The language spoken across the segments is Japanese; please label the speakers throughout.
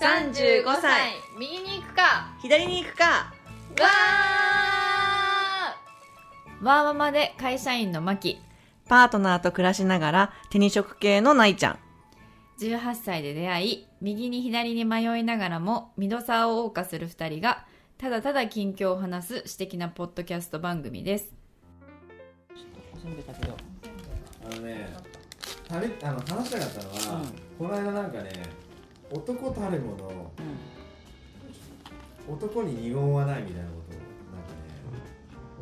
Speaker 1: 35歳
Speaker 2: 右に行くか
Speaker 1: 左に行くか
Speaker 2: わ
Speaker 3: ワーママで会社員のマキ
Speaker 1: パートナーと暮らしながら手に職系のないちゃん
Speaker 3: 18歳で出会い右に左に迷いながらもミドサーを謳歌する2人がただただ近況を話す私的なポッドキャスト番組です
Speaker 4: あのね、タレあの話したかったのは、この間なんかね、男たるもの、男に二言はないみたいなこ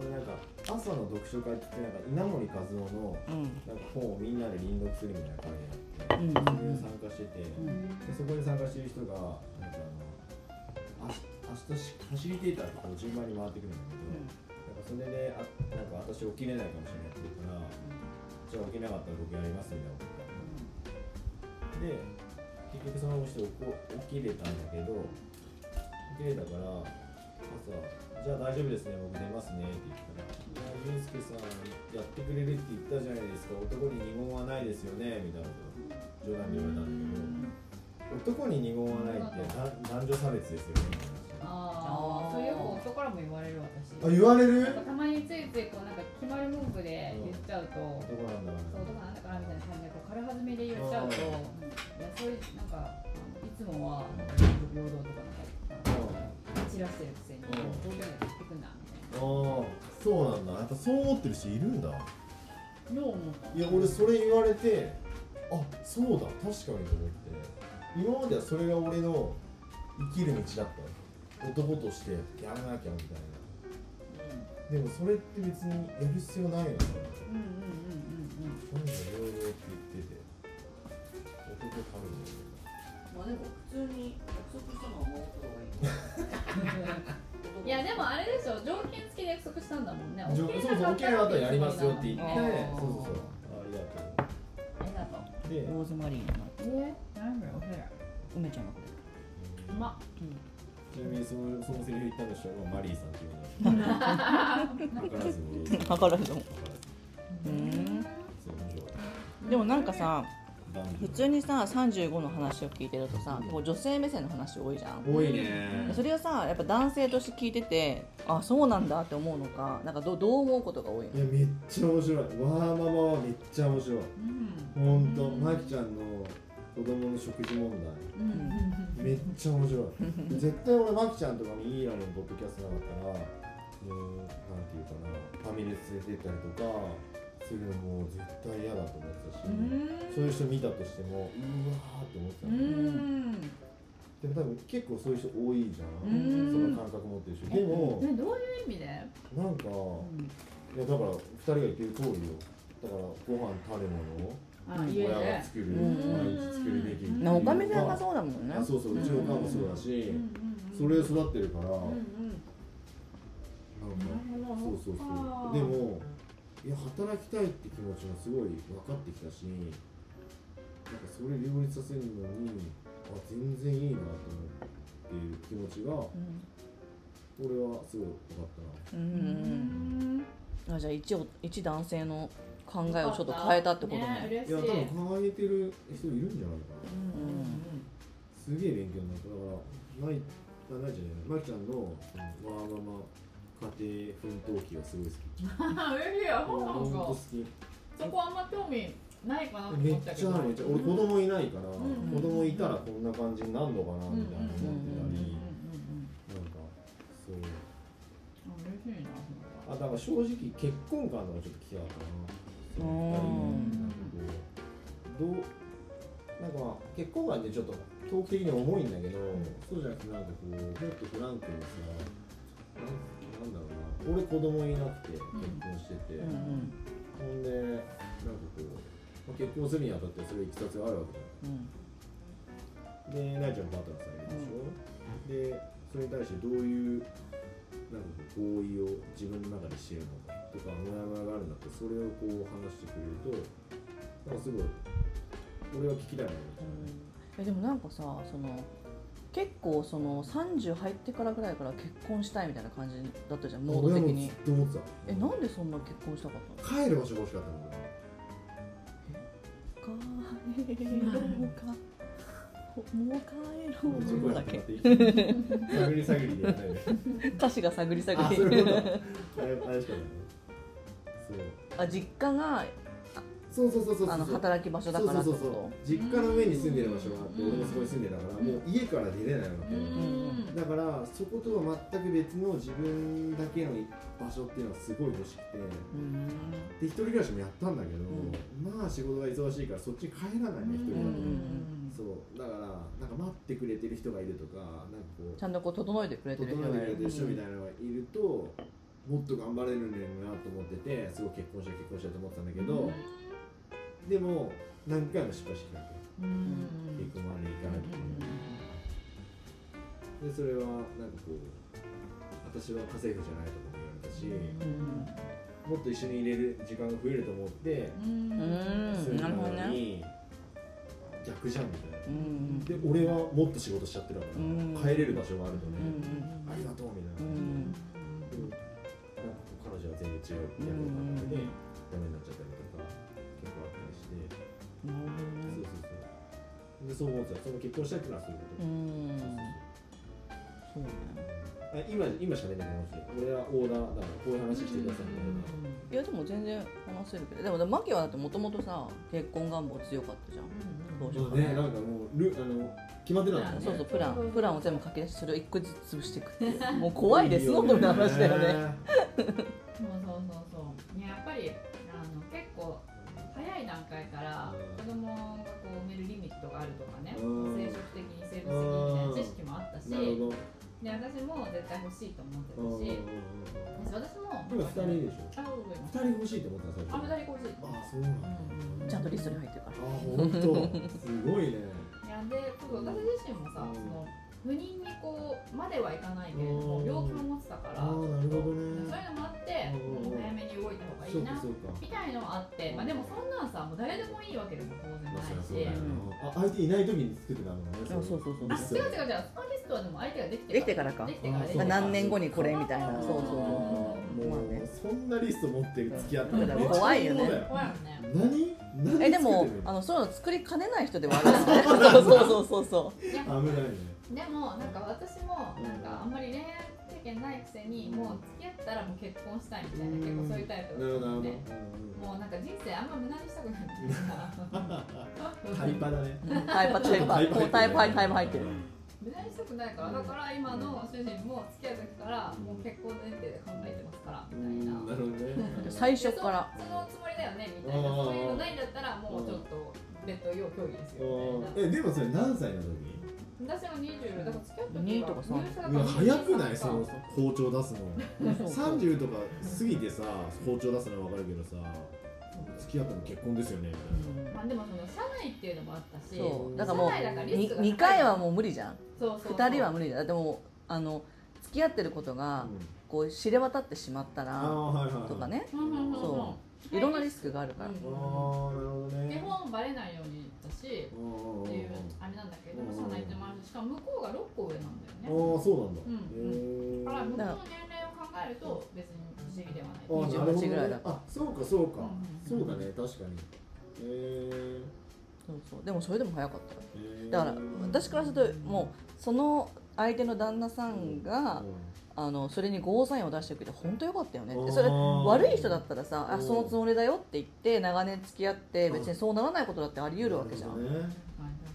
Speaker 4: とをなんかね、俺なんか朝の読書会って言ってなんか稲森和夫のなんか本をみんなで臨読するみたいな会になって、それに参加してて、でそこに参加してる人がなんかあのあし明日しファシリテーターとか順番に回ってくるんだけど、なんかそれであなんか私起きれないかもしれないって言うから。じゃあ起きなかったら僕やりますみたいなこと言ったで結局その人起こ起きれたんだけど起きれたから朝「じゃあ大丈夫ですね僕出ますね」って言ったら「いやユースケさんやってくれるって言ったじゃないですか男に二言はないですよね」みたいなこと冗談で言われたんだけど男に二言はないってな男女差別ですよね
Speaker 2: あーそういうことからも言われる
Speaker 4: あ
Speaker 2: 私
Speaker 4: 言われる
Speaker 2: たまについついこうなんか決まる文句で言っちゃうと、そう
Speaker 4: 男なんだな
Speaker 2: 男なんだからみたいな感じでこう軽はずみで言っちゃうと、いやそういうなんかあのいつもは平等とかなんか散らしてるくせに
Speaker 4: ん
Speaker 2: 東京なんか行ってくんなみたいな
Speaker 4: あーそうなんだやっぱそう思ってる人いるんだ
Speaker 2: どう思った
Speaker 4: いや俺それ言われてあそうだ確かにと思って今まではそれが俺の生きる道だった男としてやらなきゃみたいな、でもそれって別にやる必要ないよね
Speaker 2: うんうんうんうんうん
Speaker 4: なんだ平等って言ってて男たる
Speaker 5: まあでも普通に約束したのは守った方がいいと思 う。
Speaker 2: いやでもあれでしょ条件付きで約束したんだもんね
Speaker 4: ものそうそう OK なったらやりますよって言って
Speaker 2: あー
Speaker 4: そうそうそうありがと
Speaker 2: ありがと
Speaker 4: うで
Speaker 5: ローズマリーの
Speaker 2: うえ何だよお部屋
Speaker 5: 梅ちゃんがこ
Speaker 2: うま
Speaker 4: ちなみにそのそのセリフ言ったの人はマリーさんっていうのは図らずも分
Speaker 5: れ。わからんと思
Speaker 4: からず
Speaker 5: う。うん。
Speaker 4: そう面白かった
Speaker 5: でもなんかさ、
Speaker 4: 男女
Speaker 5: 普通にさ、35の話を聞いてるとさ、こう女性目線の話多いじゃん。
Speaker 4: 多いね
Speaker 5: それをさ、やっぱ男性として聞いてて、あ、そうなんだって思うのか、なんかどうどう思うことが多いの
Speaker 4: いやめっちゃ面白いわーママはめっちゃ面白い
Speaker 2: うん
Speaker 4: ほんとまきちゃんの子供の食事問題
Speaker 2: うん
Speaker 4: めっちゃ面白い絶対俺まきちゃんとかにいいやのポッドキャストなかったらもうなんていうかなファミレス連れてったりとかするのもう絶対嫌だと思ってたし、そういう人見たとしてもうわーって思ってた
Speaker 2: う
Speaker 4: の、で
Speaker 2: ん
Speaker 4: も多分結構そういう人多いじゃん、
Speaker 2: うん
Speaker 4: その感覚持ってる人でも
Speaker 2: ねどういう意味で
Speaker 4: なんか、いやだから2人が言ってる通りよだからご飯食べ物を
Speaker 2: あ家
Speaker 4: 親が
Speaker 2: で
Speaker 4: 作る、
Speaker 5: うん
Speaker 4: 毎日作るべきっていう
Speaker 5: な
Speaker 4: か
Speaker 5: おかみさんがそうだもんね
Speaker 4: あ。そうそううちのおかんもそうだし、それで育ってるから、
Speaker 2: うん
Speaker 4: なんか
Speaker 2: なるほ
Speaker 4: そ
Speaker 2: ど
Speaker 4: うそう
Speaker 2: あー
Speaker 4: そうでもいや働きたいって気持ちがすごい分かってきたしなんかそれ両立させるのにあ全然いいなと思うっていう気持ちが俺はすごい分かったな
Speaker 5: う。
Speaker 2: うんうんん
Speaker 5: あ、じゃあ一応一男性の考えをちょっと変えたってことね。
Speaker 2: ね
Speaker 4: いや
Speaker 2: 嬉し
Speaker 4: 多
Speaker 2: い
Speaker 4: 分考えてる人いるんじゃないかな
Speaker 2: うん
Speaker 4: すげえ勉強になっただからないあないじゃないまきちゃんのそのわーまま家庭奮闘記がすごい好き
Speaker 2: うんうん嬉しいよそうな
Speaker 4: ほん
Speaker 2: ん
Speaker 4: と
Speaker 2: か
Speaker 4: 好き
Speaker 2: そこあんま興味ないかなと
Speaker 4: め
Speaker 2: 思
Speaker 4: っ
Speaker 2: ったけ
Speaker 4: ちゃ
Speaker 2: ど
Speaker 4: あるめっちゃ俺子供いないから、
Speaker 2: ん
Speaker 4: 子供いたらこんな感じになるのかな
Speaker 2: うんうんうん
Speaker 4: みたいな思ってたり、
Speaker 5: うんうん
Speaker 4: なんかそう
Speaker 2: うんうん嬉しいな
Speaker 4: あだから正直結婚観のがちょっと聞きたかったなその二人のなんかこうどうなんかまあ結婚観ってちょっと遠く的に重いんだけど、そうじゃなくてなんかこうもっとフランクにさなんなんだろうな俺子供いなくて結婚してて、
Speaker 5: うんうん
Speaker 4: ほんでなんかこう、まあ、結婚するにあたってそういういきさつがあるわけじゃ
Speaker 5: う
Speaker 4: ん
Speaker 5: ん。
Speaker 4: で、なちゃんバターさんいるでしょ、で、それに対してどういうなんかこう合意を自分の中でしてるのかとかモヤモヤがあるんだってそれをこう話してくれるとなんかすごい俺は聞きたいなみたい
Speaker 5: えでもなんかさその結構その30入ってからぐらいから結婚したいみたいな感じだったじゃん
Speaker 4: な
Speaker 5: モード的
Speaker 4: 俺はもう
Speaker 5: に
Speaker 4: ずっと思ってた
Speaker 5: えなんでそんな結婚したかったの
Speaker 4: 帰る場所が欲しかったの
Speaker 5: かーいどうかもう帰ろう
Speaker 4: チョコ
Speaker 5: だ
Speaker 4: レ
Speaker 5: っ
Speaker 4: ー
Speaker 5: け
Speaker 4: ト買ってきて探り探りでやらない で
Speaker 5: 歌詞が探り探
Speaker 4: あ
Speaker 5: り
Speaker 4: そういうことあれあれしかないね
Speaker 5: あ実家が
Speaker 4: そうそうそうそうそう
Speaker 5: あの働き場所だからって
Speaker 4: そう
Speaker 5: こ
Speaker 4: そうそう
Speaker 5: と
Speaker 4: そう実家の上に住んでる場所があって俺もそこに住んでたからもう家から出れないわ
Speaker 3: う
Speaker 4: け、
Speaker 3: ん
Speaker 4: だからそことは全く別の自分だけの場所っていうのはすごい欲しくてで
Speaker 5: うん
Speaker 4: 一人暮らしもやったんだけど、
Speaker 5: ん
Speaker 4: まあ仕事が忙しいからそっち帰らないね一人だと、
Speaker 5: うん
Speaker 4: そうだからなんか待ってくれてる人がいるとかなんかこう
Speaker 5: ちゃんとこう整えてくれて
Speaker 4: 整
Speaker 5: る
Speaker 4: えて
Speaker 5: 人がい
Speaker 4: くれてる人みた
Speaker 5: い
Speaker 4: いなのがいると、もっと頑張れるのになと思っててすごい結婚しよう結婚しようと思ってたんだけど、でも何回も失敗してきたわけ結婚までいかなくて、でそれはなんかこう私は家政婦じゃないとかも言われたし、もっと一緒にいれる時間が増えると思って、
Speaker 5: うん
Speaker 4: そう
Speaker 5: ん
Speaker 4: れな
Speaker 5: なるほど
Speaker 4: の
Speaker 5: ね
Speaker 4: に逆じゃんみたいな
Speaker 5: う、ん
Speaker 4: で俺はもっと仕事しちゃってるか
Speaker 5: うん
Speaker 4: ら、帰れる場所があると
Speaker 5: う、
Speaker 4: ね
Speaker 5: ん
Speaker 4: ありがとうみたいな
Speaker 5: う、ん
Speaker 4: でもなんかこう彼女は全然違うやり方なので、ダメになっちゃったりとか結構あったりし
Speaker 5: なるほどね
Speaker 4: て、そうそうそうでそう思ってたその結婚したいっていうのはそういうこ
Speaker 5: う、
Speaker 4: と
Speaker 5: んそうね
Speaker 4: あ今今しか出てこないですよ俺はオーダーだからこういう話してくださいみたいな、
Speaker 5: いやでも全然話せるけどでもでもマキはだってもともとさ結婚願望強かったじゃんどうしようか
Speaker 4: ねなんかもうルあの決まってたんだよね
Speaker 5: そうそうプランプランを全部書き出してそれを一個ずつ潰していくって いうもう怖いですのみの話だよね
Speaker 2: そうそうそうそうねやっぱりあの結構早い段階から
Speaker 4: う
Speaker 2: 子
Speaker 4: ん
Speaker 2: 供がこう埋めるリミットがあるとかね
Speaker 4: うん
Speaker 2: 生殖的に生物的にみたいな知識もあったし
Speaker 4: なるほ
Speaker 2: で
Speaker 4: ど
Speaker 2: 私も絶対欲しいと思ってたし私私も
Speaker 4: 今2人でしょ
Speaker 2: あ上も
Speaker 4: 2人欲しいと思ってた
Speaker 2: あ
Speaker 4: 最
Speaker 2: 二
Speaker 4: 初
Speaker 2: 人欲しい
Speaker 4: あそうなんだ
Speaker 5: ちゃんとリストに入ってるか
Speaker 4: あ本当すごいね
Speaker 2: いやでちょっと私自身もさ、
Speaker 4: うん
Speaker 2: その不妊にこうまではいかないけれども、
Speaker 4: うん
Speaker 2: 病気も持ってたから、
Speaker 4: あーなるほど
Speaker 2: そう
Speaker 4: ね
Speaker 2: いうのもあって、
Speaker 4: うん
Speaker 2: もう早めに動いた方がい
Speaker 4: そう
Speaker 2: い
Speaker 4: か
Speaker 2: な
Speaker 4: そうか
Speaker 2: みたいのはあって、まあ、でもそんなんさもう誰でもいいわけでも当然
Speaker 4: ま
Speaker 2: な
Speaker 4: あそりゃ
Speaker 2: いし
Speaker 4: そうだよなあ相手いない時に作ってたのね
Speaker 5: らあそうそうそう
Speaker 4: リ
Speaker 2: あ
Speaker 4: ス
Speaker 2: 違
Speaker 4: ト
Speaker 2: う違う違うスパリストはでも相手ができて
Speaker 5: できてからか
Speaker 2: できてからできてか
Speaker 4: あそう
Speaker 2: ら
Speaker 5: 何年後にこれみたいな
Speaker 4: あ
Speaker 5: そ
Speaker 4: ー
Speaker 5: うそうまあ
Speaker 4: もう
Speaker 5: ね
Speaker 4: そんなリスト持って付き合った
Speaker 5: だから怖いよね
Speaker 4: めっちゃ
Speaker 2: 怖いよね
Speaker 4: 怖いよ何何
Speaker 5: えでも
Speaker 4: 作ってる
Speaker 5: あ
Speaker 4: の
Speaker 5: のそういうの作りかねない人ではあるよね そうそうそうそ
Speaker 2: いや
Speaker 4: 危ないね
Speaker 2: でもなんか私もなんかあんまり恋愛経験ないくせにもう付き合ったらもう結婚したいみたいな結構そういうタイプ
Speaker 4: なるほどな
Speaker 2: だっ
Speaker 4: るほ
Speaker 2: て
Speaker 4: ど
Speaker 2: もうなんか人生あんま無駄にしたくないっていう
Speaker 4: うん
Speaker 2: か
Speaker 4: タイパだね
Speaker 5: ううんタイパタイパもうタイパタイパ入ってる
Speaker 2: 無駄にしたくないからだから今の主人も付き合う時からもう結婚前提で考えてますから
Speaker 4: う
Speaker 2: みたい
Speaker 4: ん
Speaker 2: な
Speaker 4: なるほどね
Speaker 5: 最初から
Speaker 2: そのつもりだよねみたいなそういうのないんだったらもうちょっと別途要協議ですよみたいな
Speaker 4: えでもそれ何歳の時
Speaker 2: 私は20だから付き合う時
Speaker 5: 二
Speaker 2: は
Speaker 5: とか三
Speaker 2: 入社だから
Speaker 4: うわ早くない
Speaker 2: 23
Speaker 4: その包丁出すの
Speaker 5: そうそう
Speaker 4: 30とか過ぎてさ包丁出すのは分かるけどさ付き合ったの結婚ですよねみたいな
Speaker 2: まあでもその社内っていうのもあったし
Speaker 5: そうだからもう
Speaker 2: 社内だからリスクが高い
Speaker 5: 2回はもう無理じゃん
Speaker 2: そうそうそう
Speaker 5: 2人は無理じゃんだってもうあの付き合ってることが
Speaker 4: うん
Speaker 5: こう知れ渡ってしまった
Speaker 4: あ
Speaker 5: ら
Speaker 4: あはいはいはい
Speaker 5: とかね
Speaker 2: うんうんうんうん
Speaker 5: そ
Speaker 2: うん
Speaker 5: いろんなリスクがあるから
Speaker 2: うん
Speaker 4: ああなるほどね
Speaker 2: 基本バレないようにだし
Speaker 4: うんうんうん
Speaker 2: っ
Speaker 4: う
Speaker 2: て
Speaker 4: ん
Speaker 2: いうあれなんだけど社内ってもあるししかも向こうが6個上なんだよね
Speaker 4: ああそうなんだ
Speaker 2: うん
Speaker 4: へえ
Speaker 2: だから向こうの年齢を考えると別に不思議ではない
Speaker 5: あ
Speaker 4: なるほどね
Speaker 5: 28ぐらいだから
Speaker 4: あそうかそうか
Speaker 2: う
Speaker 4: そ
Speaker 2: ん
Speaker 4: うだね確かにへ
Speaker 5: そうそうでもそれでも早かった
Speaker 4: え
Speaker 5: だから私からするともうその相手の旦那さんが、あのそれにゴーサインを出してくれて本当よかったよねってそれ悪い人だったらさ
Speaker 4: う
Speaker 5: あ
Speaker 4: ん
Speaker 5: そのつもりだよって言って長年付き合って
Speaker 4: うん
Speaker 5: 別にそうならないことだってあり
Speaker 4: 言
Speaker 5: 得るわけじゃん、
Speaker 4: ね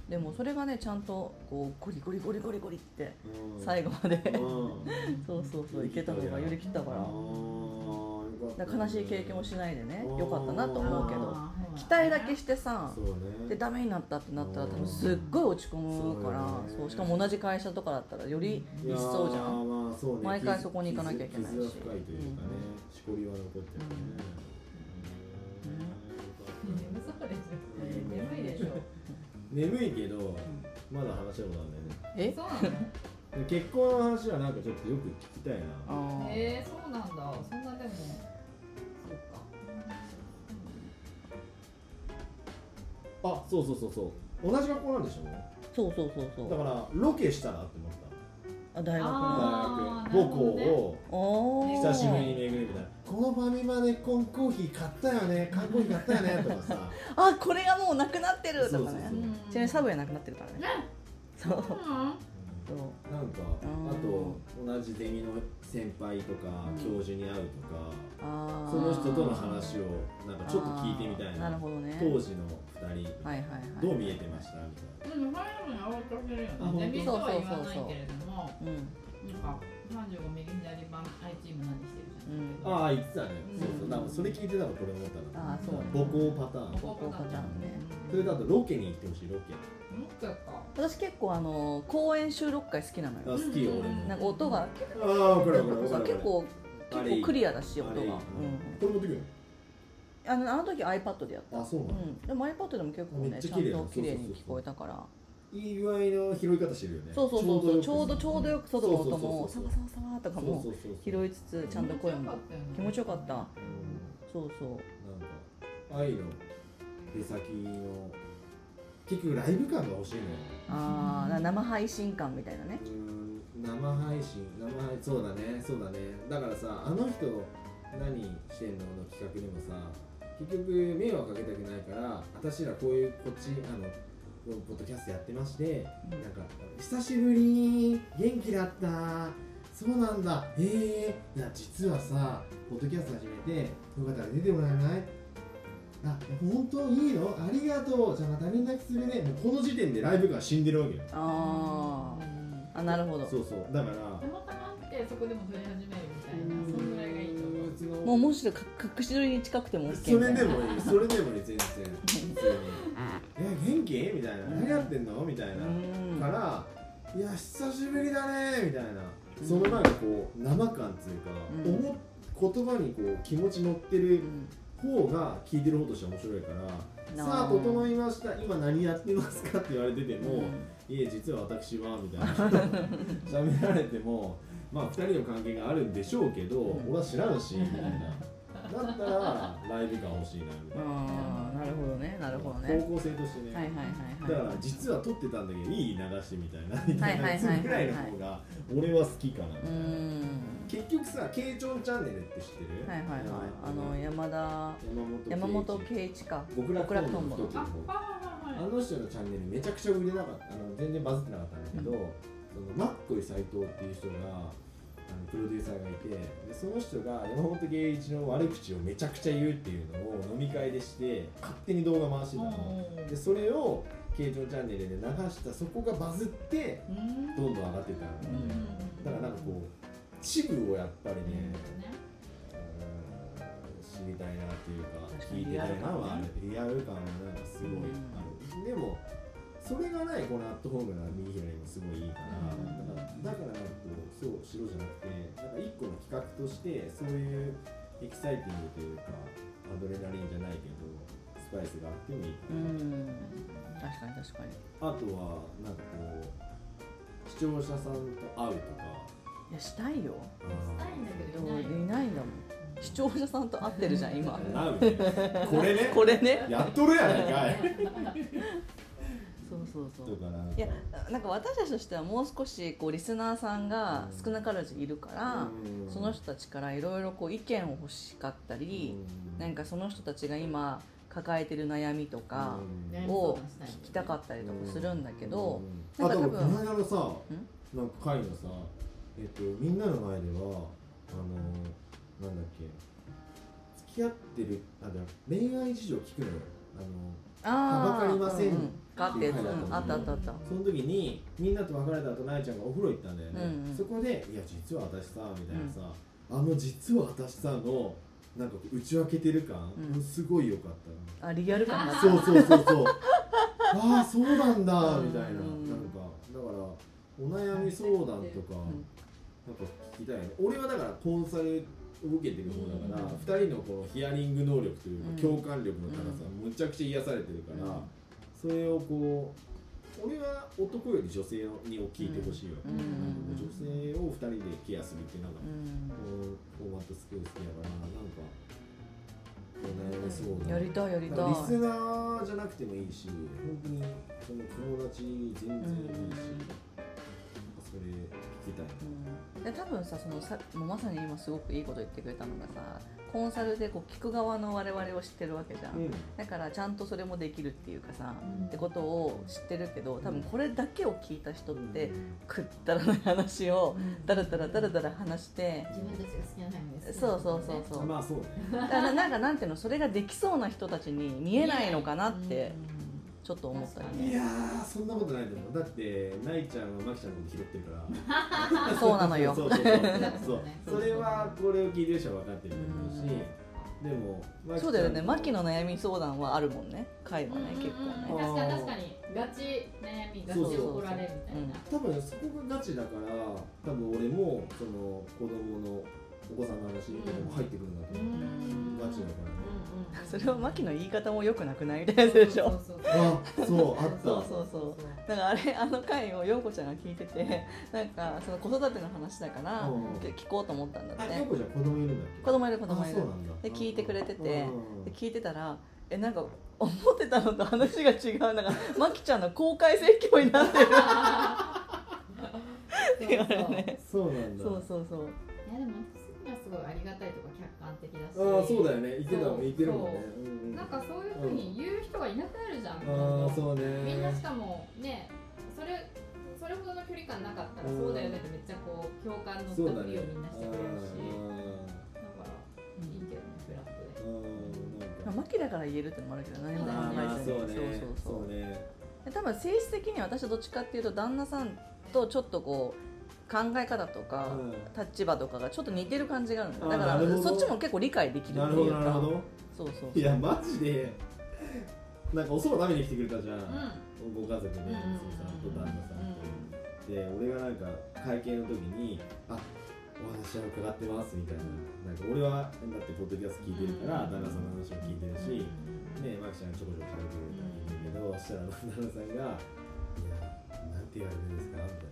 Speaker 5: でもそれがねちゃんとこうゴリゴリゴリゴリゴリって
Speaker 4: うん
Speaker 5: 最後まで、
Speaker 4: うん
Speaker 5: そうそうそういけたのが寄り切ったか
Speaker 4: あ
Speaker 5: ら
Speaker 4: ーよか
Speaker 5: だ
Speaker 4: っ
Speaker 5: か
Speaker 4: たね
Speaker 5: ら悲しい経験をしないでね
Speaker 4: うん
Speaker 5: よかったなと思うけど
Speaker 2: あー
Speaker 5: 期待だけしてさ
Speaker 4: そうね
Speaker 5: でダメになったってなったら多
Speaker 4: うん
Speaker 5: 分すっごい落ち込むから
Speaker 4: そうよね
Speaker 5: そうしかも同じ会社とかだったらより
Speaker 4: いやー
Speaker 5: 一層じゃん
Speaker 4: まあそうね
Speaker 5: 毎回そこに行かなきゃいけないし
Speaker 4: 傷傷が深いというかねしこりは残ってるね
Speaker 2: 眠
Speaker 4: へーよかっ
Speaker 2: そうでしょ眠いで
Speaker 4: たね
Speaker 2: しょ
Speaker 4: 眠いけどまだ話したことあるんだよね
Speaker 5: え
Speaker 2: そうなんだ
Speaker 4: で結婚の話はなんかちょっとよく聞きたいな
Speaker 5: あー
Speaker 2: えー、そうなんだ。そんなでも。そうか。
Speaker 4: あそうそうそうそう同じ学校なんでしょ
Speaker 5: そうそうそうそ
Speaker 4: だ
Speaker 5: う
Speaker 4: からロケしたらって思っ
Speaker 5: あ大学
Speaker 4: た
Speaker 5: の
Speaker 2: あー
Speaker 4: 大学母校
Speaker 2: なる
Speaker 4: を
Speaker 5: おー
Speaker 4: 久しぶりに巡るみたいなこのファミマで缶コーヒー買ったよね缶コーヒー買ったよねとかさ
Speaker 5: あこれがもうなくなってる
Speaker 4: そう
Speaker 5: と
Speaker 4: そう
Speaker 5: か
Speaker 4: そう
Speaker 5: ね
Speaker 2: うん
Speaker 5: ちなみにサブウェイなくなってるからね
Speaker 2: ね
Speaker 5: そうそう
Speaker 4: なんかあと同じゼミの先輩とか教授に会うとか、
Speaker 5: あー
Speaker 4: その人との話をなんかちょっと聞いてみたいな
Speaker 5: あーなるほどね
Speaker 4: 当時の2人、
Speaker 5: はいはいはい
Speaker 4: どう見えてましたみたいな。
Speaker 2: でもそれでも青いとするよね
Speaker 4: あ本当
Speaker 2: ゼミとは言わないけれども
Speaker 5: うん
Speaker 2: なんか35右左番 I チーム何してるじゃん
Speaker 5: うん
Speaker 4: ああ言ってたね、
Speaker 2: うん
Speaker 4: そうそうなんかそれ聞いてたのこれ思ったの
Speaker 5: あーそうね
Speaker 4: 母校パターン
Speaker 2: ここかな
Speaker 5: ね
Speaker 4: それだとロケに行ってほしいロケ
Speaker 2: もう一回か
Speaker 5: 私結構あの公演収録会好きなの
Speaker 4: あ好
Speaker 5: よ
Speaker 4: きよ
Speaker 2: うん
Speaker 4: 俺
Speaker 5: な
Speaker 4: も
Speaker 5: んか音が
Speaker 4: ああこれこれこれこ
Speaker 5: さ
Speaker 4: れ
Speaker 5: 結構
Speaker 4: あ
Speaker 5: 結
Speaker 4: れ
Speaker 5: 構クリアだし
Speaker 4: あ
Speaker 5: 音
Speaker 4: れ
Speaker 5: が、うん、
Speaker 4: これ持ってくる
Speaker 5: あのあの時 iPad でやった
Speaker 4: のあそうな
Speaker 5: う
Speaker 4: の、
Speaker 5: ん、でも iPad でも結構
Speaker 4: め
Speaker 5: ね
Speaker 4: っ
Speaker 5: ち
Speaker 4: ち
Speaker 5: ゃん
Speaker 4: ゃ綺麗だ
Speaker 5: と綺麗に
Speaker 4: そうそうそう
Speaker 5: 聞こえたから
Speaker 4: いい具合の拾い方してるよね
Speaker 5: そうそうそうそうちょうどちょうどよく外の
Speaker 4: そ
Speaker 5: 音
Speaker 4: うそう
Speaker 5: も
Speaker 4: そ
Speaker 5: サ
Speaker 4: う
Speaker 5: ワサワサワとか
Speaker 4: そうそう
Speaker 5: も
Speaker 4: そうそう
Speaker 5: 拾いつつちゃんと声も気持ちよかった
Speaker 4: うん
Speaker 5: そうそう
Speaker 4: なんか愛の出先の結局ライブ感が欲しいのよ
Speaker 5: ああ生配信感みたいなね
Speaker 4: うーん生配信生配そうだねそうだねだからさあの人何してんのの企画でもさ結局迷惑かけたくないから私らこういうこっちあのポッドキャストやってましてなんか久しぶり元気だったそうなんだへえいや実はさポッドキャスト始めてよかったら出てもらえないあ本当いいのありがとうじゃあまた連絡するねもうこの時点でライブが死んでるわけよ
Speaker 5: あーあなるほど
Speaker 4: そうそうだから
Speaker 2: たまたまってそこでも撮り始めるみたいなそんぐらいがいいと思う
Speaker 5: もうむしろか隠し撮りに近くても OK みた
Speaker 4: そ
Speaker 5: いな
Speaker 4: れでもいいそれでもいい全然普通に「え元気?」みたいな「何やってんの?」みたいな
Speaker 5: うん
Speaker 4: から「いや久しぶりだね」みたいなそのなんかこう生感っていうか
Speaker 5: うん
Speaker 4: 思っ言葉にこう気持ち乗ってる
Speaker 5: うん
Speaker 4: 方が聞いてる方としては面白いから「
Speaker 5: なあ
Speaker 4: さあ整いました今何やってますか?」って言われてて
Speaker 5: う
Speaker 4: も
Speaker 5: ん
Speaker 4: 「いえ実は私は」みたい な喋られてもまあ2人の関係があるんでしょうけど
Speaker 5: うん
Speaker 4: 俺は知らんしみたいな。だったらライブ感欲しいなみたいな。
Speaker 5: ああなるほどねなるほどね
Speaker 4: 高校生としてね、
Speaker 5: はいはい
Speaker 4: だ
Speaker 5: はい
Speaker 4: か
Speaker 5: はい
Speaker 4: ら実は撮ってたんだけどいい流してみたいなみた
Speaker 5: は
Speaker 4: い
Speaker 5: いはい
Speaker 4: な
Speaker 5: はい
Speaker 4: それぐらいの方が俺は好きかなみ
Speaker 5: う
Speaker 4: たいな
Speaker 5: ー
Speaker 4: 結局さ「慶長チャンネル」って知ってる
Speaker 5: んはいはいはいあ
Speaker 4: の
Speaker 5: の山田山
Speaker 4: 山
Speaker 5: 本
Speaker 4: 本圭一
Speaker 5: 圭一か
Speaker 4: 極楽
Speaker 5: 極楽
Speaker 4: と
Speaker 5: とん
Speaker 4: ん
Speaker 5: ぼ
Speaker 4: ぼ
Speaker 5: の
Speaker 4: の
Speaker 2: あ
Speaker 4: 時の
Speaker 2: はいはい
Speaker 4: あ
Speaker 2: はい
Speaker 4: の人のチャンネルめちゃくちゃ売れなかったあの全然バズってなかったんだけど、そのマッコイ斎藤っていう人があのプロデューサーがいてでその人が山本圭一の悪口をめちゃくちゃ言うっていうのを飲み会でして勝手に動画回してたのでそれを慶長チャンネルで流したそこがバズって
Speaker 2: うん
Speaker 4: どんどん上がってたのね、だからなんかこうチブをやっぱりね、うん知りたいなっていうか
Speaker 5: 確か
Speaker 4: 聞
Speaker 5: に
Speaker 4: いてないなはあるリアル感はなんかすごいあるでもそれがないこのアットホームな右左もすごいいいからだからだからなんかこうそう白じゃなくてなんか一個の企画としてそういうエキサイティングというかアドレナリンじゃないけどスパイスがあってもいいか
Speaker 5: う
Speaker 4: な、
Speaker 5: ん確かに確かに
Speaker 4: あとはなんかこう視聴者さんと会うとか
Speaker 5: いやしたいよ
Speaker 2: したいんだけどいない
Speaker 5: いないんだもん視聴者さんと会ってるじゃん今
Speaker 4: なうね これね
Speaker 5: これね
Speaker 4: やっとるやないかい
Speaker 5: そうそうそ
Speaker 4: と
Speaker 5: う
Speaker 4: かなんか
Speaker 5: いやなんか私たちとしてはもう少しこうリスナーさんが少なからずいるから、
Speaker 4: うん
Speaker 5: その人たちからいろいろこう意見を欲しかったり、なんかその人たちが今抱えてる悩みとか
Speaker 4: うん
Speaker 5: を聞きたかったりとかするんだけど、
Speaker 4: うん
Speaker 5: なんか多
Speaker 4: あと
Speaker 5: 分
Speaker 4: この間のさなんか会のさえっとみんなの前ではあのなんだっけ付き合ってるあじゃあ恋愛事情聞くのよあの
Speaker 5: ああ
Speaker 4: はばかりません
Speaker 5: うんうん、があってやつ、
Speaker 4: はいはいはい
Speaker 5: うんあったあったあった、
Speaker 4: その時にみんなと別れた後なえちゃんがお風呂行ったんだよね、
Speaker 5: うんうん
Speaker 4: そこで「いや実は私さ」みたいなさ、あの「実は私さ」のなんか打ち分けてる感、
Speaker 5: うん
Speaker 4: すごい良かったの
Speaker 5: あリアル感があった
Speaker 4: そうそうそ うそうああそうなんだみたいななんか
Speaker 5: うん
Speaker 4: だからお悩み相談とか
Speaker 5: ん
Speaker 4: なんか聞きたいね俺はだからコンサルを受けてる方だから
Speaker 5: うん
Speaker 4: 2人のこのヒアリング能力という
Speaker 5: うん
Speaker 4: か共感力の高さむちゃくちゃ癒されてるか
Speaker 5: うん
Speaker 4: らそれをこう俺は男より女性にを聞いてほしいわけ
Speaker 5: うん
Speaker 4: 女性を2人でケアするってなんか
Speaker 5: うん
Speaker 4: こうフォーマットスキル好きだからなんかお悩み相談
Speaker 5: やりたいやり
Speaker 4: リス
Speaker 5: たい
Speaker 4: ナーじゃなくてもいいし、本当にその友達全然いいし、それ聞きたい
Speaker 5: うんで多分さそのさもうまさに今すごくいいこと言ってくれたのがさコンサルでこう聞く側の我々を知ってるわけじゃん、
Speaker 4: うん
Speaker 5: だからちゃんとそれもできるっていうかさ、
Speaker 2: うん
Speaker 5: ってことを知ってるけど多分これだけを聞いた人って、
Speaker 4: うん
Speaker 5: くったらない話をだらだらだらだら話して
Speaker 2: 自分たちが好きなタイムです
Speaker 5: そうそうそうそう
Speaker 4: まあそうね
Speaker 5: だからなんかなんていうのそれができそうな人たちに見えないのかなっ
Speaker 2: う
Speaker 5: て
Speaker 2: ん
Speaker 5: ちょっと思ったり
Speaker 4: い
Speaker 5: ね
Speaker 4: やーそんなことないと思うだってないちゃんはまきちゃんのこと拾ってるか ら
Speaker 5: そうなのよ
Speaker 4: そうそうそう そう
Speaker 2: ね
Speaker 4: そうそれはこれを聞いてる人は分かってると思うし、でもマキちゃ
Speaker 5: そ
Speaker 4: ん
Speaker 5: うだよねマキの悩み相談はあるもんね会はね結構
Speaker 2: う
Speaker 5: ね
Speaker 2: ん確かに確かにガチ悩みガ
Speaker 4: そ
Speaker 2: チ
Speaker 4: うそう
Speaker 2: で
Speaker 4: そう
Speaker 2: 怒られるみたいな
Speaker 4: 多分そこがガチだから多分俺もその子供のお子さんの話とかも入ってくるんだと思う、ガチだからね、
Speaker 5: それはマキの言い方も良くなくないみたいなやつでしょ
Speaker 2: そうそう
Speaker 4: あそうあった
Speaker 5: そうそうそう
Speaker 2: そう
Speaker 5: だからあれあの回を陽子ちゃんが聞いてて なんかその子育ての話だから
Speaker 4: うん
Speaker 5: 聞こうと思ったんだっ
Speaker 4: あよ
Speaker 5: て
Speaker 4: こちゃん子供いるんだっけ
Speaker 5: 子供いる子供
Speaker 4: あ
Speaker 5: い
Speaker 4: そう
Speaker 5: る
Speaker 4: なんだ
Speaker 5: で聞いてくれてて
Speaker 4: うん
Speaker 5: で聞いてたらえなんか思ってたのと話が違うなんかマキちゃんの公開説教になってるって言われるね
Speaker 4: そうなんだ
Speaker 5: そうそうそう
Speaker 2: いやでもそういうのはすごいありがたいとか客観的だし
Speaker 4: ああそうだよね言ってたもん言ってるもんね
Speaker 2: そう
Speaker 4: うんうん
Speaker 2: なんかそういうふうに言う人がいなくなるじゃん、
Speaker 4: ああそうね
Speaker 2: みんなしかもねそれそれほどの距離感なかったら
Speaker 4: うん
Speaker 2: そうだよねってめっちゃこう共感の
Speaker 4: そう
Speaker 2: 深
Speaker 4: だ
Speaker 2: み
Speaker 4: ね
Speaker 2: をみんなしてくれるしだから
Speaker 5: う
Speaker 2: いい
Speaker 5: ん
Speaker 2: けどねフラットで
Speaker 4: うんうんなんか
Speaker 5: まあマキだから言えるってのもあるけど何も
Speaker 2: ま
Speaker 5: 悩
Speaker 2: あ
Speaker 5: ま
Speaker 2: ま
Speaker 5: な
Speaker 2: あ
Speaker 5: いし
Speaker 4: そうね
Speaker 5: そうそうそう
Speaker 4: ね
Speaker 5: で多分性質的には私はどっちかっていうと旦那さんとちょっとこう考え方とか、
Speaker 4: うん
Speaker 5: 立場とかがちょっと似てる感じがあるのよだか
Speaker 4: あーなるほ
Speaker 5: ら
Speaker 4: ど
Speaker 5: そっちも結構理解できる
Speaker 4: な
Speaker 5: って
Speaker 4: る
Speaker 5: い
Speaker 4: ほ
Speaker 5: う
Speaker 4: どなる
Speaker 5: か
Speaker 4: ほど
Speaker 5: そうそう
Speaker 4: いやマジでなんかおそば食べに来てくれたじゃん、ご家族で、
Speaker 2: んうんうん
Speaker 4: 鈴木さんと旦那さんと、で俺がなんか会計の時に「あお話は伺ってます」みたいななんか俺はだってポッドキャスト聞いてるから、旦那さんの話も聞いてるし、ねマキちゃんちょこちょこ喋ってくれたらいいんだけど、そしたら旦那さんが「いやなんて言われるんですか?」みたいな。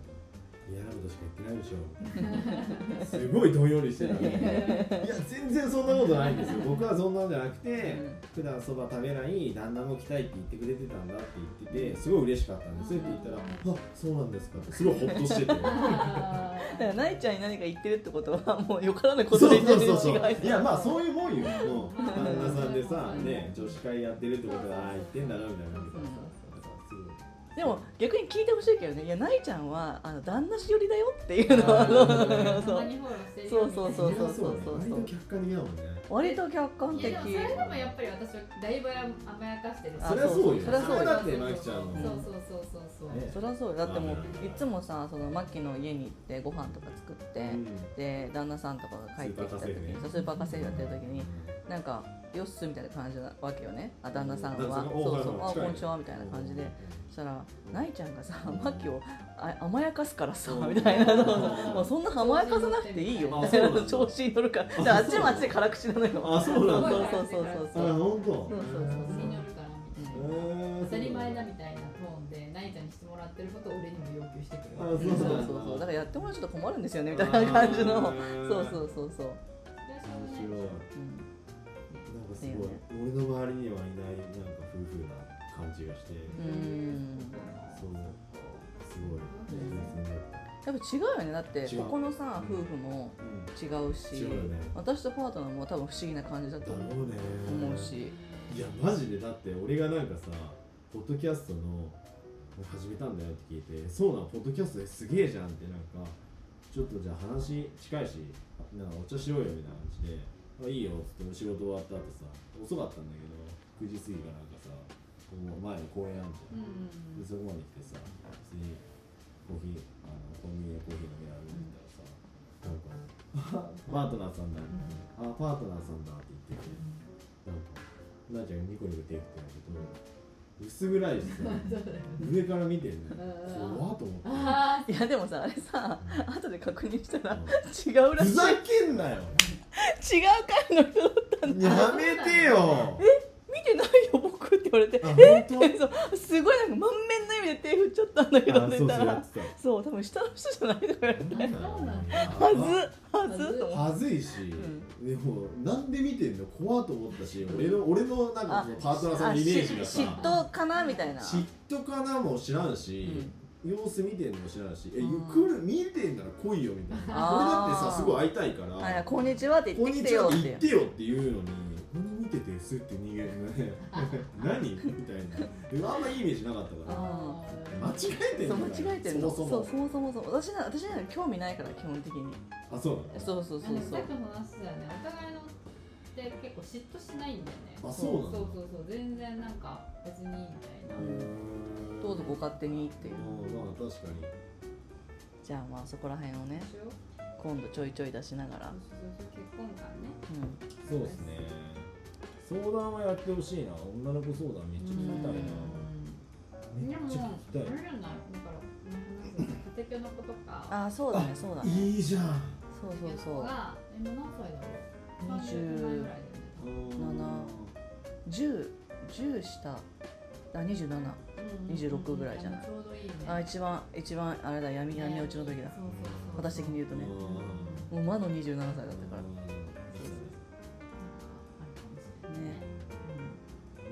Speaker 4: 嫌なことしか言ってないでしょみたい なすごいどんよりしてたのにいや全然そんなことないんですよ 僕はそんなんじゃなくて、普段そば食べない旦那も来たいって言ってくれてたんだって言っててすごい嬉しかったんですよって言ったら「あそうなんですか」ってすごいホッとしてて
Speaker 5: だからないちゃんに何か言ってるってことはもうよからぬこ
Speaker 4: そ
Speaker 5: と
Speaker 4: う
Speaker 5: で言
Speaker 4: そう
Speaker 5: ってる
Speaker 4: そう
Speaker 5: に違い
Speaker 4: そ
Speaker 5: うな
Speaker 4: う
Speaker 5: い
Speaker 4: いやまあそういうもんよもう旦那さんでさね女子会やってるってことはああ言ってんだなみたいな感じで
Speaker 5: でも逆に聞いてほしいけどねいやないちゃんはあの旦那氏寄りだよっていうの
Speaker 4: あ
Speaker 5: は
Speaker 4: ー
Speaker 5: そう
Speaker 2: た
Speaker 5: そ
Speaker 2: ま
Speaker 5: う
Speaker 2: にフォローしてる
Speaker 5: そ
Speaker 2: よ
Speaker 5: う
Speaker 2: み
Speaker 5: そうそうそう
Speaker 2: たいな
Speaker 4: そ
Speaker 5: そううそう
Speaker 4: 割と客観
Speaker 5: 割と客観
Speaker 4: 的だもんね
Speaker 2: いや
Speaker 5: 的
Speaker 2: でもそれでもやっぱり私はだいぶ甘やかしてるし
Speaker 5: あ
Speaker 4: そりゃそうよ
Speaker 5: そりゃそうよ
Speaker 4: れだってマキちゃんの
Speaker 2: そうそうそうそうそう、
Speaker 4: ね
Speaker 5: そりゃそうよだってもう
Speaker 4: まあまあまあ
Speaker 5: いつもさそのマッキーの家に行ってご飯とか作って、で旦那さんとかが帰ってきた時に
Speaker 4: ス
Speaker 5: そうスーパーカセイやってる時になんかよっすみたいな感じなわけよねあ旦那さん
Speaker 4: 旦那さ
Speaker 5: は
Speaker 4: んがお
Speaker 5: そうそう
Speaker 4: はい
Speaker 5: あ
Speaker 4: はい近い
Speaker 5: こんにちはみたいな感じでそしたら
Speaker 4: うん
Speaker 5: ないちゃんがさ
Speaker 4: うん
Speaker 5: マキをあ甘やかすからさ
Speaker 4: うん
Speaker 5: みたいな
Speaker 4: うん
Speaker 5: もうそんな甘やかさなくていいよ
Speaker 4: あ
Speaker 5: みた
Speaker 4: そう
Speaker 5: い
Speaker 4: な
Speaker 5: なん
Speaker 4: だ
Speaker 5: 調子に乗るからだからあっちもあっちで辛口なのよ
Speaker 4: あそうなんだ
Speaker 5: そうそうそうそう
Speaker 4: あ
Speaker 5: そう
Speaker 4: 本当
Speaker 5: そうそうそう
Speaker 2: 気になるからみたいな、
Speaker 4: えー
Speaker 2: 当たり前だみたいなトーンでナイちゃんにしてもらってることを俺にも要求してくる
Speaker 4: あそう
Speaker 5: そう
Speaker 4: なんだ
Speaker 5: そうそうだからやってもらうとちょっと困るんですよねみたいな感じの
Speaker 4: あー
Speaker 5: そうそうそうそう
Speaker 2: でしょう
Speaker 4: 面
Speaker 2: がない
Speaker 4: 白
Speaker 5: うん
Speaker 2: でしょ
Speaker 4: いなんかすごい俺の周りにはいないなんか夫婦な感じがして
Speaker 5: うーん
Speaker 4: そうすごい
Speaker 5: やっぱ違うよねだって
Speaker 4: 違う
Speaker 5: ここのさ夫婦も違うし
Speaker 4: 違うよね
Speaker 5: 私とパートナーも多分不思議な感じだと
Speaker 4: だろ
Speaker 5: 思う
Speaker 4: うね
Speaker 5: 思うし
Speaker 4: いやマジでだって俺がなんかさポッドキャストの始めたんだよって聞いてそうなのポッドキャストですげえじゃんってなんかちょっとじゃあ話近いしなんかお茶しようよみたいな感じであいいよっつって仕事終わった後さ遅かったんだけど9時過ぎかなんかさこう前の公園あんじゃん
Speaker 2: うん
Speaker 4: でそこまで来てさ別にコーヒーあのコンビニでコーヒー飲みながら見たらさ、なんか「パートナーさんだ」あパートナーさんだ」って言っててなんかなあちゃんがニコニコ手振ってんだけど薄暗いしさ上から見てるね
Speaker 2: うん
Speaker 4: 怖っと思って
Speaker 2: あ
Speaker 5: いやでもさあれさ後で確認したら違うら
Speaker 4: ふ
Speaker 5: しい違う
Speaker 4: ざけんなよ
Speaker 5: 回の人
Speaker 4: やめてよ
Speaker 5: 見てないよ僕って言われて
Speaker 4: あ本当
Speaker 5: そうすごいなんか満面の笑みで手振っちゃったんだけど
Speaker 4: あ
Speaker 5: って
Speaker 4: そ
Speaker 5: 言っ
Speaker 4: うそう
Speaker 5: た
Speaker 4: や
Speaker 5: ら
Speaker 4: ってた
Speaker 5: そう多分下の人じゃないとか言われて
Speaker 4: は
Speaker 5: はずはずと思って
Speaker 4: はずいし、でもなんで見てんの怖と思ったし俺の俺のなんかそのパートナーさんのイメージが
Speaker 5: あし
Speaker 4: さ
Speaker 5: 嫉妬かなみたいな
Speaker 4: 嫉妬かなも知らんし、様子見てんのも知らないし「え
Speaker 5: うん
Speaker 4: 来る見てんなら来いよ」みたいな俺だって
Speaker 5: あー
Speaker 4: さすごい会いたいから
Speaker 5: あらこんにちはって
Speaker 4: こ
Speaker 5: 言
Speaker 4: ん
Speaker 5: ってき
Speaker 4: に
Speaker 5: て
Speaker 4: ちは
Speaker 5: よ
Speaker 4: っ
Speaker 5: ってて
Speaker 4: 言ってよって言うのに「何見ててす」って逃げる ね何みたいなあんまいいイメージなかったから
Speaker 5: あ
Speaker 4: 間違えてん
Speaker 5: そ
Speaker 4: の
Speaker 5: う間違えてんの
Speaker 4: そ
Speaker 5: そ
Speaker 4: も
Speaker 5: う
Speaker 4: そ
Speaker 5: そ
Speaker 4: も
Speaker 5: うそもそも私な私なんか興味ないから基本的に
Speaker 4: あそうなの
Speaker 5: そうそうそう
Speaker 2: さ
Speaker 5: そ
Speaker 2: っ
Speaker 5: う
Speaker 2: きの話だよねお互いのって結構嫉妬しないんだよね
Speaker 4: あそうなんだ
Speaker 2: そうそうそう全然なんか別にいいみたいな
Speaker 5: うんどうぞご勝手にっていう
Speaker 4: うんまあ確かに
Speaker 5: じゃあまあそこら辺をね
Speaker 2: でしょ
Speaker 5: 今度ちょいちょい出しながら
Speaker 2: そうそうそう結婚観ね
Speaker 5: う
Speaker 4: そうですね相談はやってほしいな女の子相談めっちゃ聞きたい
Speaker 2: で
Speaker 4: なめっちゃ
Speaker 2: もあれじゃ
Speaker 4: 聞きたい
Speaker 2: ないだからなんか立ての子と
Speaker 5: ん
Speaker 2: か
Speaker 5: ああそうだねそうだね
Speaker 4: いいじゃん
Speaker 5: そうそうそう
Speaker 2: が今何歳だろう
Speaker 5: 20
Speaker 2: 30ぐらいだよね
Speaker 5: 七10 10下だ2726ぐらいじゃない
Speaker 2: ちょうどいいね
Speaker 5: あ一番一番あれだ闇闇落ちの時だ
Speaker 2: そうそうそう
Speaker 5: 私的に言うとねもう魔の27歳だったからね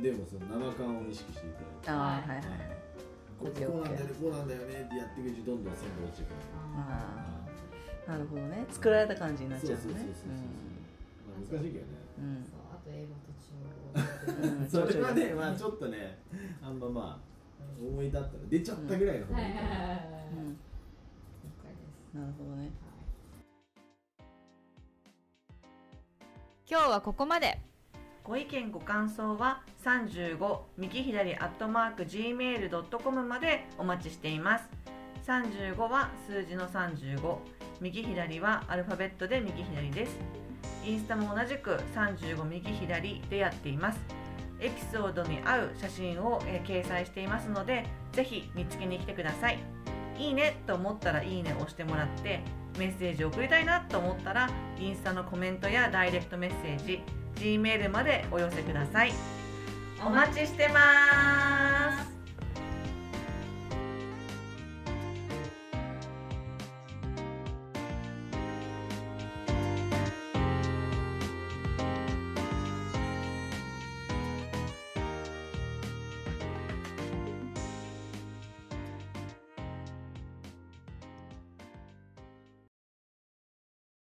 Speaker 4: でもその七冠を意識していただい
Speaker 5: あ
Speaker 4: て
Speaker 5: あはいはい
Speaker 4: こう
Speaker 5: オッケー
Speaker 4: こう
Speaker 5: オ
Speaker 4: な
Speaker 5: ッ
Speaker 4: ん
Speaker 5: ケ
Speaker 4: だよね
Speaker 5: ー
Speaker 4: こうなんだよねってやっていくうちにどんどん鮮度落ちてくる
Speaker 5: ああなるほどね作られた感じになっちゃう
Speaker 4: そうそうそう
Speaker 5: ね
Speaker 4: そうそうまあ難しいけどね
Speaker 5: うんうん
Speaker 2: あと英語と中国語
Speaker 5: うん
Speaker 4: そ
Speaker 5: ちょいちょい
Speaker 4: れはねまあちょっとねあんままあ思い立ったら出ちゃったぐらいの方
Speaker 2: は
Speaker 4: が
Speaker 2: い
Speaker 4: い
Speaker 2: はいい
Speaker 4: か
Speaker 2: ははい
Speaker 4: ない
Speaker 2: は
Speaker 5: うん
Speaker 2: い了解です
Speaker 5: なるほどね
Speaker 2: はい
Speaker 3: 今日はここまで
Speaker 1: ご意見ご感想は35右左アットマーク gmail.com までお待ちしています35は数字の35右左はアルファベットで右左ですインスタも同じく35右左でやっていますエピソードに合う写真を、えー掲載していますのでぜひ見つけに来てくださいいいねと思ったらいいねを押してもらってメッセージを送りたいなと思ったらインスタのコメントやダイレクトメッセージ G メールまでお寄せください。お待ちしてます。